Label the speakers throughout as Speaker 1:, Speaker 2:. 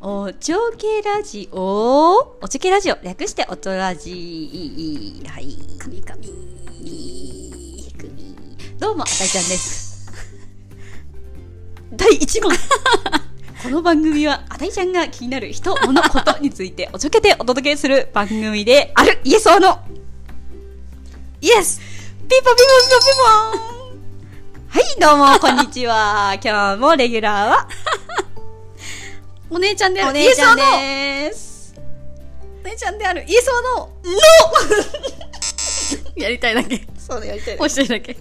Speaker 1: おちょけラジオおちょけラジオ略しておとラジはい
Speaker 2: 神々
Speaker 1: どうもあたいちゃんです第1問この番組はあたいちゃんが気になる人物ことについておちょけてお届けする番組であるイエスオのイエスピンポンピンポンピンポンピンポンはい、どうも、こんにちは。今日もレギュラーは、
Speaker 2: お姉ちゃんであ
Speaker 1: お
Speaker 2: る
Speaker 1: 姉ちゃんで
Speaker 2: イエスオー
Speaker 1: ーす。
Speaker 2: ノお姉ちゃんであるイエスオーノ
Speaker 1: の
Speaker 2: ー やりたいだけ
Speaker 1: そうだ、やりたい
Speaker 2: もう一人だけ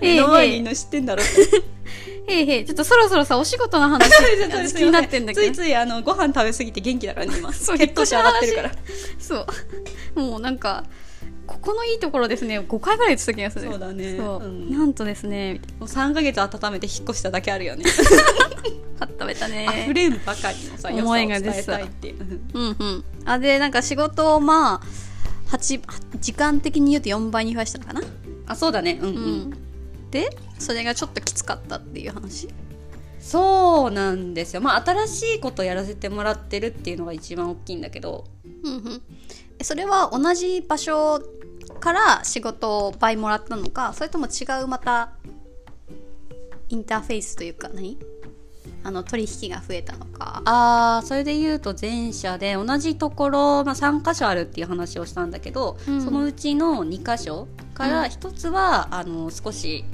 Speaker 1: 目
Speaker 2: え
Speaker 1: の前にい
Speaker 2: え
Speaker 1: るの知ってんだ ろ
Speaker 2: ええええちょっとそ ろそろさお仕事の話私気になってんだけど
Speaker 1: ついついあのご飯食べ過ぎて元気だからね今
Speaker 2: そう
Speaker 1: 血糖値上がってるから
Speaker 2: そうもうなんかここのいいところですね5回ぐらい言ってた気がする
Speaker 1: そうだね
Speaker 2: そう
Speaker 1: うん
Speaker 2: なんとですね
Speaker 1: もう3ヶ月温めて引っ越しただけあるよね
Speaker 2: 温めた
Speaker 1: 溢
Speaker 2: ね
Speaker 1: れんばかりのさ良さを
Speaker 2: 思い
Speaker 1: 伝
Speaker 2: が出
Speaker 1: え
Speaker 2: て
Speaker 1: た
Speaker 2: た
Speaker 1: いっていううん
Speaker 2: うんうんあでなんか仕事をまあ八時間的に言うと4倍に増やしたのかな
Speaker 1: あそうだねうんう
Speaker 2: う、
Speaker 1: んん
Speaker 2: でそれがちょっときつかったっていう話
Speaker 1: そうなんですよまあ新しいことやらせてもらってるっていうのが一番大きいんだけど
Speaker 2: うんうんえそれは同じ場所から仕事を倍もらったのかそれとも違うまたインターフェースというか何あの取引が増えたのか
Speaker 1: あーそれで言うと前者で同じところ、まあ、3箇所あるっていう話をしたんだけど、
Speaker 2: うん
Speaker 1: そのうちの2箇所か
Speaker 2: う
Speaker 1: ら
Speaker 2: ん
Speaker 1: 1つは、あの少し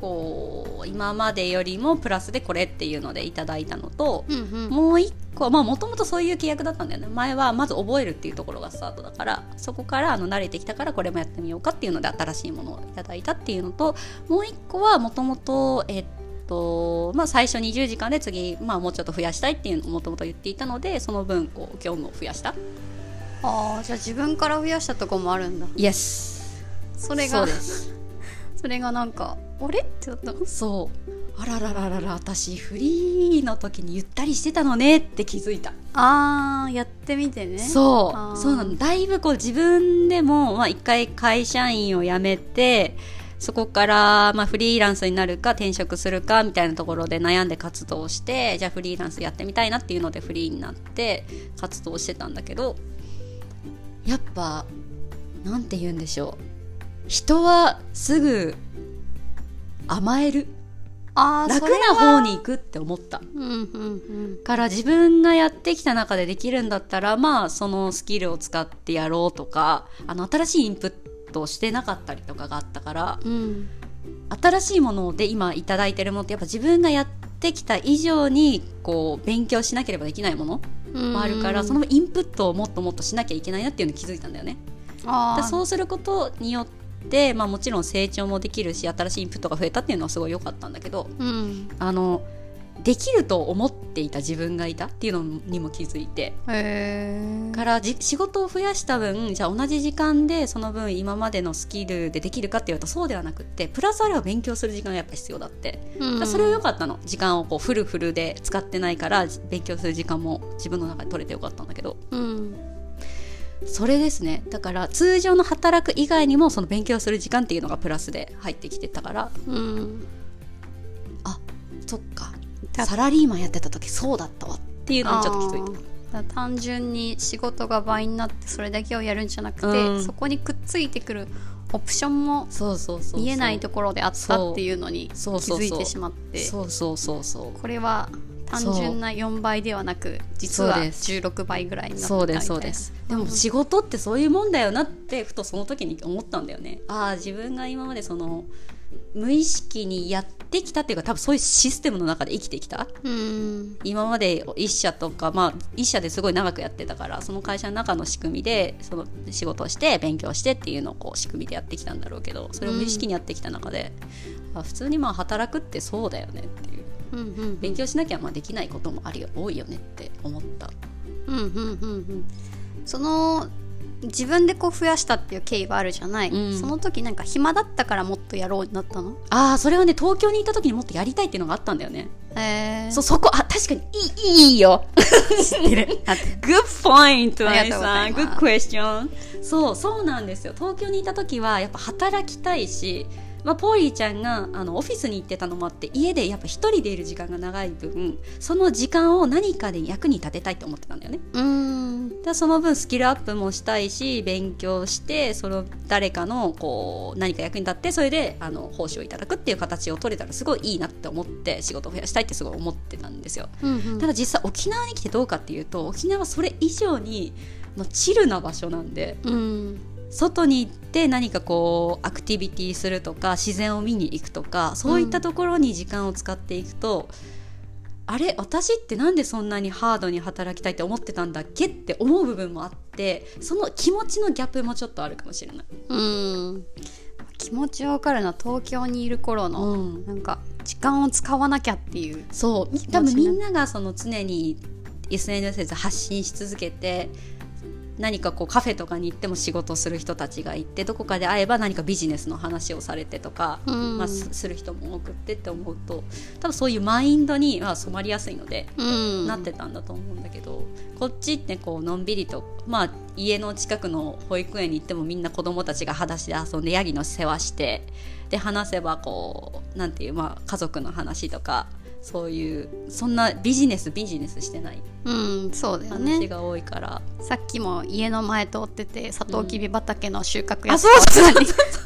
Speaker 1: こう今までよりもプラスでこれっていうのでいただいたのと、
Speaker 2: うんうん
Speaker 1: もう1個まあもともとそういう契約だったんだよね前はまず覚えるっていうところがスタートだからそこからあの慣れてきたからこれもやってみようかっていうので新しいものをいただいたっていうのともう1個はもともとえっとまあ最初20時間で次、まあ、もうちょっと増やしたいっていうのをもともと言っていたのでその分こう業務を増やした
Speaker 2: ああじゃあ自分から増やしたとこもあるんだ
Speaker 1: イエス
Speaker 2: それ
Speaker 1: そ
Speaker 2: が
Speaker 1: うで
Speaker 2: それがなんか「あれ?」ってなった
Speaker 1: そうあららららら私フリーの時にゆったりしてたのねって気づいた
Speaker 2: あーやってみてね
Speaker 1: そ
Speaker 2: あー
Speaker 1: うそうなのだいぶこう自分でもまあ、一回会社員を辞めてそこからまあフリーランスになるか転職するかみたいなところで悩んで活動してじゃあフリーランスやってみたいなっていうのでフリーになって活動してたんだけどやっぱなんて言うんでしょう人はすぐ甘える
Speaker 2: あー
Speaker 1: 楽
Speaker 2: それ
Speaker 1: な方に行くって思った。
Speaker 2: うんうん
Speaker 1: から自分がやってきた中でできるんだったらまあそのスキルを使ってやろうとかあの新しいインプットをしてなかったりとかがあったから
Speaker 2: うんうん
Speaker 1: 新しいもので今いただいてるものってやっぱ自分がやってきた以上にこう勉強しなければできないもの
Speaker 2: うん
Speaker 1: もあるからそのインプットをもっともっとしなきゃいけないなっていうのに気づいたんだよね。
Speaker 2: あ
Speaker 1: だ
Speaker 2: ー
Speaker 1: そうすることによって、まあ、もちろん成長もできるし新しいインプットが増えたっていうのはすごい良かったんだけど
Speaker 2: うん
Speaker 1: あのできると思っていた自分がいたっていうのにも気づいて
Speaker 2: へえ
Speaker 1: からじ仕事を増やした分じゃあ同じ時間でその分今までのスキルでできるかっていうとそうではなくってプラスアルファ勉強する時間がやっぱ必要だって、だからそれは良かったの時間をこうフルフルで使ってないからじ勉強する時間も自分の中で取れてよかったんだけど
Speaker 2: うん
Speaker 1: それですねだから通常の働く以外にもその勉強する時間っていうのがプラスで入ってきてたから
Speaker 2: うん
Speaker 1: あそっか
Speaker 2: た
Speaker 1: サラリーマンやってた時そうだったわっていうのにちょっと気づいた。
Speaker 2: あーだから単純に仕事が倍になってそれだけをやるんじゃなくて、
Speaker 1: うん
Speaker 2: そこにくっついてくるオプションも
Speaker 1: そうそうそうそう
Speaker 2: 見えないところであったっていうのに気
Speaker 1: そうそうそう
Speaker 2: づ
Speaker 1: そう
Speaker 2: いてしまって
Speaker 1: そうそうそうそう
Speaker 2: これは単純な4倍ではなく実は
Speaker 1: そうです
Speaker 2: 16倍ぐらいになってた
Speaker 1: そう
Speaker 2: みた
Speaker 1: で
Speaker 2: いな
Speaker 1: すそうですで
Speaker 2: う
Speaker 1: も
Speaker 2: ん
Speaker 1: 仕事ってそういうもんだよなってふとその時に思ったんだよねああ自分が今までその無意識にやってきたっていうか多分そういうシステムの中で生きてきた
Speaker 2: うん
Speaker 1: 今まで一社とかまあ一社ですごい長くやってたからその会社の中の仕組みでその仕事をして勉強してっていうのをこう仕組みでやってきたんだろうけどそれを無意識にやってきた中で、あ普通にまあ働くってそうだよねっていう
Speaker 2: うんうん
Speaker 1: 勉強しなきゃまあできないこともあるよ多いよねって思った
Speaker 2: うんうんうんうんその自分でこう増やしたっていう経緯があるじゃない、
Speaker 1: うん
Speaker 2: その時なんか暇だったからもっとやろうになったの
Speaker 1: ああそれはね東京にいた時にもっとやりたいっていうのがあったんだよね
Speaker 2: えー、
Speaker 1: そうそこあ確かにいいいいよ知ってる Good point
Speaker 2: あ
Speaker 1: あ
Speaker 2: り
Speaker 1: りがとうご
Speaker 2: がとうござ
Speaker 1: ざ
Speaker 2: い
Speaker 1: います
Speaker 2: ま
Speaker 1: す Good question そうそうなんですよ東京にいた時はやっぱ働きたいしまあ、ポーリーちゃんがあのオフィスに行ってたのもあって家でやっぱ一人でいる時間が長い分その時間を何かで役に立てたいと思ってたんだよね。
Speaker 2: うん
Speaker 1: でその分スキルアップもしたいし勉強してその誰かのこう何か役に立ってそれであの報酬をいただくっていう形を取れたらすごいいいなって思って仕事を増やしたいってすごい思ってたんですよ。
Speaker 2: うん
Speaker 1: ただ実際沖縄に来てどうかっていうと沖縄はそれ以上に、まあ、チルな場所なんで
Speaker 2: うん
Speaker 1: 外に行って何かこうアクティビティするとか自然を見に行くとかそういったところに時間を使っていくと、あれ私ってなんでそんなにハードに働きたいって思ってたんだっけって思う部分もあってその気持ちのギャップもちょっとあるかもしれない。
Speaker 2: うん気持ちわかるな東京にいる頃の、
Speaker 1: うん
Speaker 2: なんか時間を使わなきゃっていう
Speaker 1: そうみ
Speaker 2: 気持ちね
Speaker 1: 多分みんながその常に SNS で発信し続けて何かこうカフェとかに行っても仕事する人たちがいてどこかで会えば何かビジネスの話をされてとか、
Speaker 2: うん
Speaker 1: まあ、すする人も多くってって思うと多分そういうマインドに、まあ、染まりやすいので、
Speaker 2: うん
Speaker 1: なってたんだと思うんだけどこっちってこうのんびりと、まあ、家の近くの保育園に行ってもみんな子供たちが裸足で遊んでヤギの世話してで話せばこうなんていう、まあ、家族の話とかそういうそんなビジネスビジネスしてない
Speaker 2: うんそうだよ
Speaker 1: 話
Speaker 2: ね
Speaker 1: が多いから、
Speaker 2: さっきも家の前通っててサトウキビ畑の収穫や
Speaker 1: あ
Speaker 2: って
Speaker 1: そ
Speaker 2: た
Speaker 1: うそうそう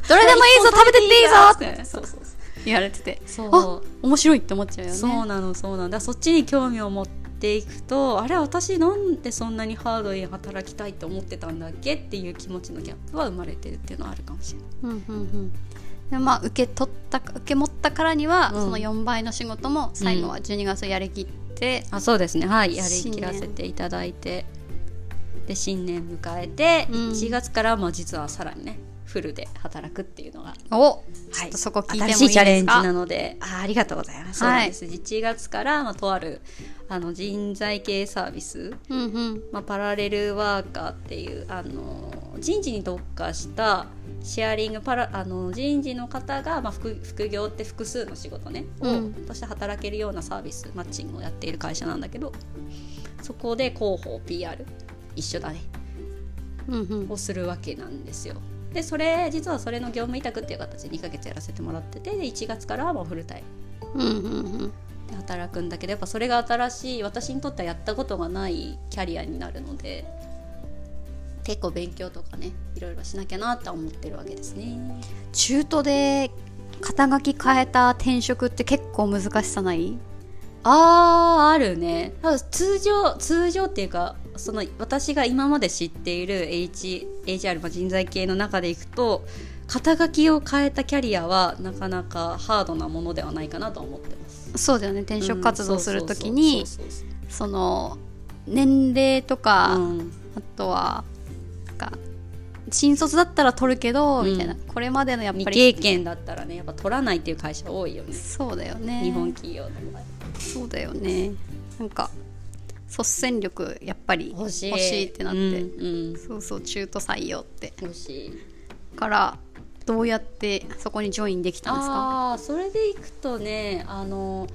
Speaker 2: どれでもいいぞ食べてっていいぞ
Speaker 1: ってそうそう
Speaker 2: って 言われてて
Speaker 1: そう
Speaker 2: あ面白いって思っちゃうよね
Speaker 1: そうなのそうなのだからそっちに興味を持っていくとあれ私なんでそんなにハードに働きたいと思ってたんだっけっていう気持ちのギャップは生まれてるっていうのはあるかもしれない。
Speaker 2: うんうんうんでまあ、受け取った受け持ったからには、
Speaker 1: うん
Speaker 2: その4倍の仕事も最後は12月やりきって、
Speaker 1: あそうですねはいやり
Speaker 2: 新
Speaker 1: き
Speaker 2: 年
Speaker 1: らせていただいてで新年迎えて、
Speaker 2: うん
Speaker 1: 1月からはもう実はさらにねフルで働くっていうのが、
Speaker 2: おちょ
Speaker 1: は
Speaker 2: っ
Speaker 1: い、
Speaker 2: とそこ聞いてもいいですか、
Speaker 1: 新しいチャレンジなのであありがとうございます、
Speaker 2: はい
Speaker 1: そうなんです1月から、まあ、とあるあの人材系サービス
Speaker 2: うんうん
Speaker 1: まあ、パラレルワーカーっていうあの人事に特化したシェアリングパラあの人事の方が、まあ、副副業って複数の仕事ねを、
Speaker 2: うん
Speaker 1: として働けるようなサービスマッチングをやっている会社なんだけどそこで広報 PR 一緒だね
Speaker 2: うんうん
Speaker 1: をするわけなんですよ。でそれ実はそれの業務委託っていう形で2ヶ月やらせてもらっててで1月からはもうフルタイム
Speaker 2: うんうん
Speaker 1: で働くんだけどやっぱそれが新しい私にとってはやったことがないキャリアになるので結構勉強とかねいろいろしなきゃなって思ってるわけですね
Speaker 2: 中途で肩書き変えた転職って結構難しさない
Speaker 1: あーあるね多分通常通常っていうかその私が今まで知っている H HR まあ人材系の中でいくと肩書きを変えたキャリアはなかなかハードなものではないかなと思ってます
Speaker 2: そうだよね転職活動するときに
Speaker 1: うんそうそうそう
Speaker 2: その年齢
Speaker 1: そ
Speaker 2: とか、
Speaker 1: ううん
Speaker 2: あとはなんか新卒だったら取るけど、
Speaker 1: うん
Speaker 2: みたいなこれまでのやっ
Speaker 1: 未
Speaker 2: ぱり
Speaker 1: 経験だったらねやっぱ取らないっていう会社多いよね
Speaker 2: そうだよね
Speaker 1: 日本企業の場合
Speaker 2: そうだよねなんか率先力やっぱり
Speaker 1: 欲しい
Speaker 2: ってなって、
Speaker 1: うんうん
Speaker 2: そうそう中途採用って
Speaker 1: 欲しい
Speaker 2: からどうやってそこにジョインできたんですか
Speaker 1: ああーそれでいくとねあの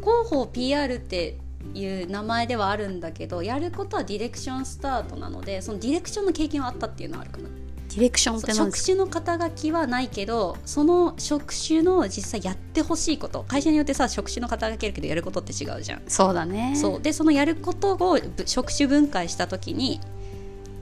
Speaker 1: 広報 PR っていう名前ではあるんだけどやることはディレクションスタートなのでそのディレクションの経験はあったっていうのはあるかな
Speaker 2: ディレクションって何で
Speaker 1: 職
Speaker 2: すか
Speaker 1: 種の肩書きはないけどその職種の実際やってほしいこと会社によってさ職種の肩書きあるけどやることって違うじゃん
Speaker 2: そうだね
Speaker 1: そうでそのやることをぶ職種分解した時に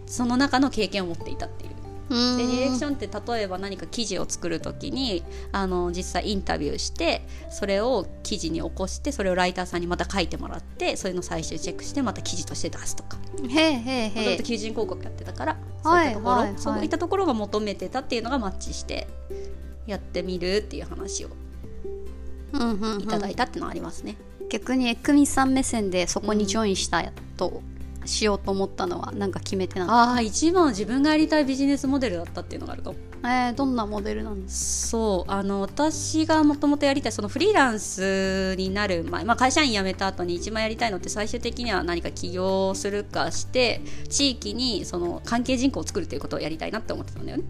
Speaker 1: その中の経験を持っていたっていう
Speaker 2: うん
Speaker 1: でディレクションって例えば何か記事を作る時にあの実際インタビューしてそれを記事に起こしてそれをライターさんにまた書いてもらってそれの最終チェックしてまた記事として出すとか
Speaker 2: へえへえ
Speaker 1: ず
Speaker 2: へ
Speaker 1: っと
Speaker 2: え
Speaker 1: 求人広告やってたからそう
Speaker 2: はい
Speaker 1: いったところ、
Speaker 2: はいはい
Speaker 1: そういったところが求めてたっていうのがマッチしてやってみるっていう話を
Speaker 2: うんうんうん
Speaker 1: いただいたっていうのはありますね。
Speaker 2: 逆にエクミさん目線でそこにジョインしたと、しようと思ったのはなんか決めてなの
Speaker 1: ああ一番は自分がやりたいビジネスモデルだったっていうのがあるかも。
Speaker 2: えー、どんなモデルなんです
Speaker 1: そうあの私がもともとやりたいそのフリーランスになる前、まあ、会社員辞めた後に一番やりたいのって最終的には何か起業するかして地域にその関係人口を作るっていうことをやりたいなって思ってたんだよね。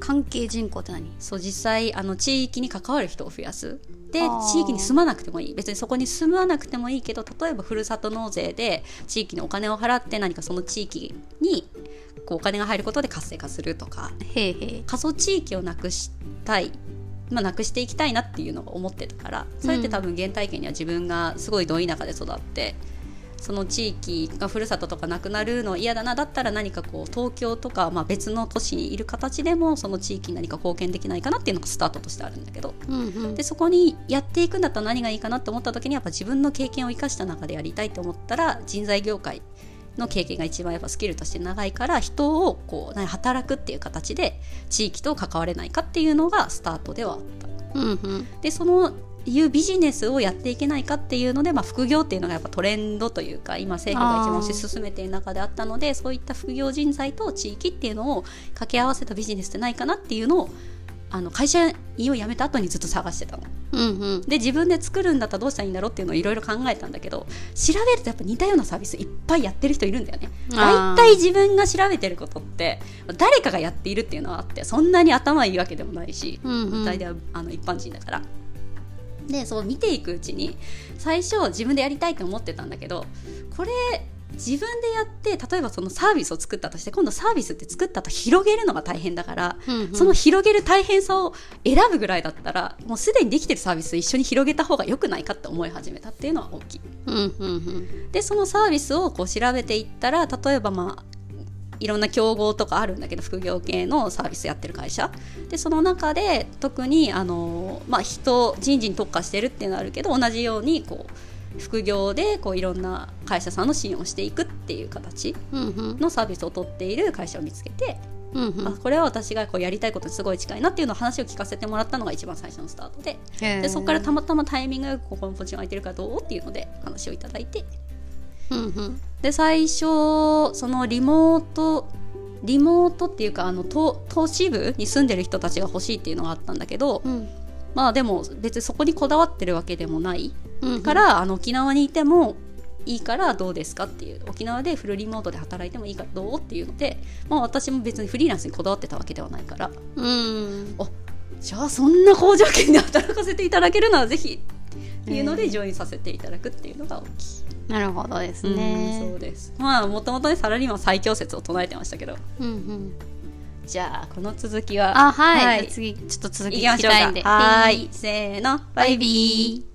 Speaker 2: か関係人口って何
Speaker 1: そう実際あの地域に関わる人を増やすで
Speaker 2: あー
Speaker 1: 地域に住まなくてもいい別にそこに住まなくてもいいけど例えばふるさと納税で地域にお金を払って何かその地域にこうお金が入ることで活性化するとか
Speaker 2: へえへえ
Speaker 1: 過疎地域をなくしたいまあ、なくしていきたいなっていうのが思ってたからそれって多分原体験には自分がすごいど田舎で育ってその地域がふるさととかなくなるの嫌だなだったら何かこう東京とか、まあ、別の都市にいる形でもその地域に何か貢献できないかなっていうのがスタートとしてあるんだけど
Speaker 2: うんうん
Speaker 1: でそこにやっていくんだったら何がいいかなって思った時にやっぱ自分の経験を生かした中でやりたいって思ったら人材業界の経験が一番やっぱスキルとして長いから人をこう何働くっていう形で地域と関われないかっていうのがスタートではあった。
Speaker 2: うんうん
Speaker 1: でそのいうビジネスをやっていけないかっていうので、まあ、副業っていうのがやっぱトレンドというか今政府が一番推し進めている中であったのでそういった副業人材と地域っていうのを掛け合わせたビジネスってないかなっていうのをあの会社員を辞めた後にずっと探してたの。
Speaker 2: うんうん
Speaker 1: で自分で作るんだったらどうしたらいいんだろうっていうのをいろいろ考えたんだけど調べるとやっぱ似たようなサービスいっぱいやってる人いるんだよね
Speaker 2: あー
Speaker 1: 大体自分が調べてることって誰かがやっているっていうのはあってそんなに頭いいわけでもないし、
Speaker 2: うんうん
Speaker 1: 大体はあの一般人だからでそう見ていくうちに最初自分でやりたいと思ってたんだけどこれ自分でやって例えばそのサービスを作ったとして今度サービスって作ったと広げるのが大変だから、
Speaker 2: うんうん
Speaker 1: その広げる大変さを選ぶぐらいだったらもうすでにできてるサービス一緒に広げた方が良くないかって思い始めたっていうのは大きい。
Speaker 2: うんうん
Speaker 1: でそのサービスをこう調べていったら例えばまあいろんな競合とかあるんだけど副業系のサービスやってる会社でその中で特にあの、まあ、人人事に特化してるっていうのはあるけど同じようにこう副業でこういろんな会社さんの支援をしていくっていう形
Speaker 2: うんうん
Speaker 1: のサービスを取っている会社を見つけて、
Speaker 2: うんうん
Speaker 1: あこれは私がこうやりたいことにすごい近いなっていうのを話を聞かせてもらったのが一番最初のスタートででそこからたまたまタイミングよくここのポジション空いてるからどうっていうので話をいただいて
Speaker 2: うんうん
Speaker 1: で最初そのリモートリモートっていうかあの都都市部に住んでる人たちが欲しいっていうのがあったんだけど、
Speaker 2: うん
Speaker 1: まあでも別にそこにこだわってるわけでもない
Speaker 2: うん
Speaker 1: から、あの沖縄にいてもいいからどうですかっていう沖縄でフルリモートで働いてもいいからどうっていうので、まあ、私も別にフリーランスにこだわってたわけではないから
Speaker 2: うん
Speaker 1: じゃあそんな好条件で働かせていただけるならぜひっていうのでジョインさせていただくっていうのが大きい。
Speaker 2: なるほどです
Speaker 1: うんそ
Speaker 2: ね
Speaker 1: うですまあもともとねサラリーマン最強説を唱えてましたけど
Speaker 2: うんうん
Speaker 1: じゃあこの続きは
Speaker 2: あはい、
Speaker 1: はい
Speaker 2: じゃあ次ちょっと続
Speaker 1: い
Speaker 2: き
Speaker 1: きま
Speaker 2: 聞
Speaker 1: し
Speaker 2: き
Speaker 1: ょう
Speaker 2: たいんで
Speaker 1: かはーいせーのバ
Speaker 2: バ
Speaker 1: イ
Speaker 2: イ
Speaker 1: ビー
Speaker 2: ビー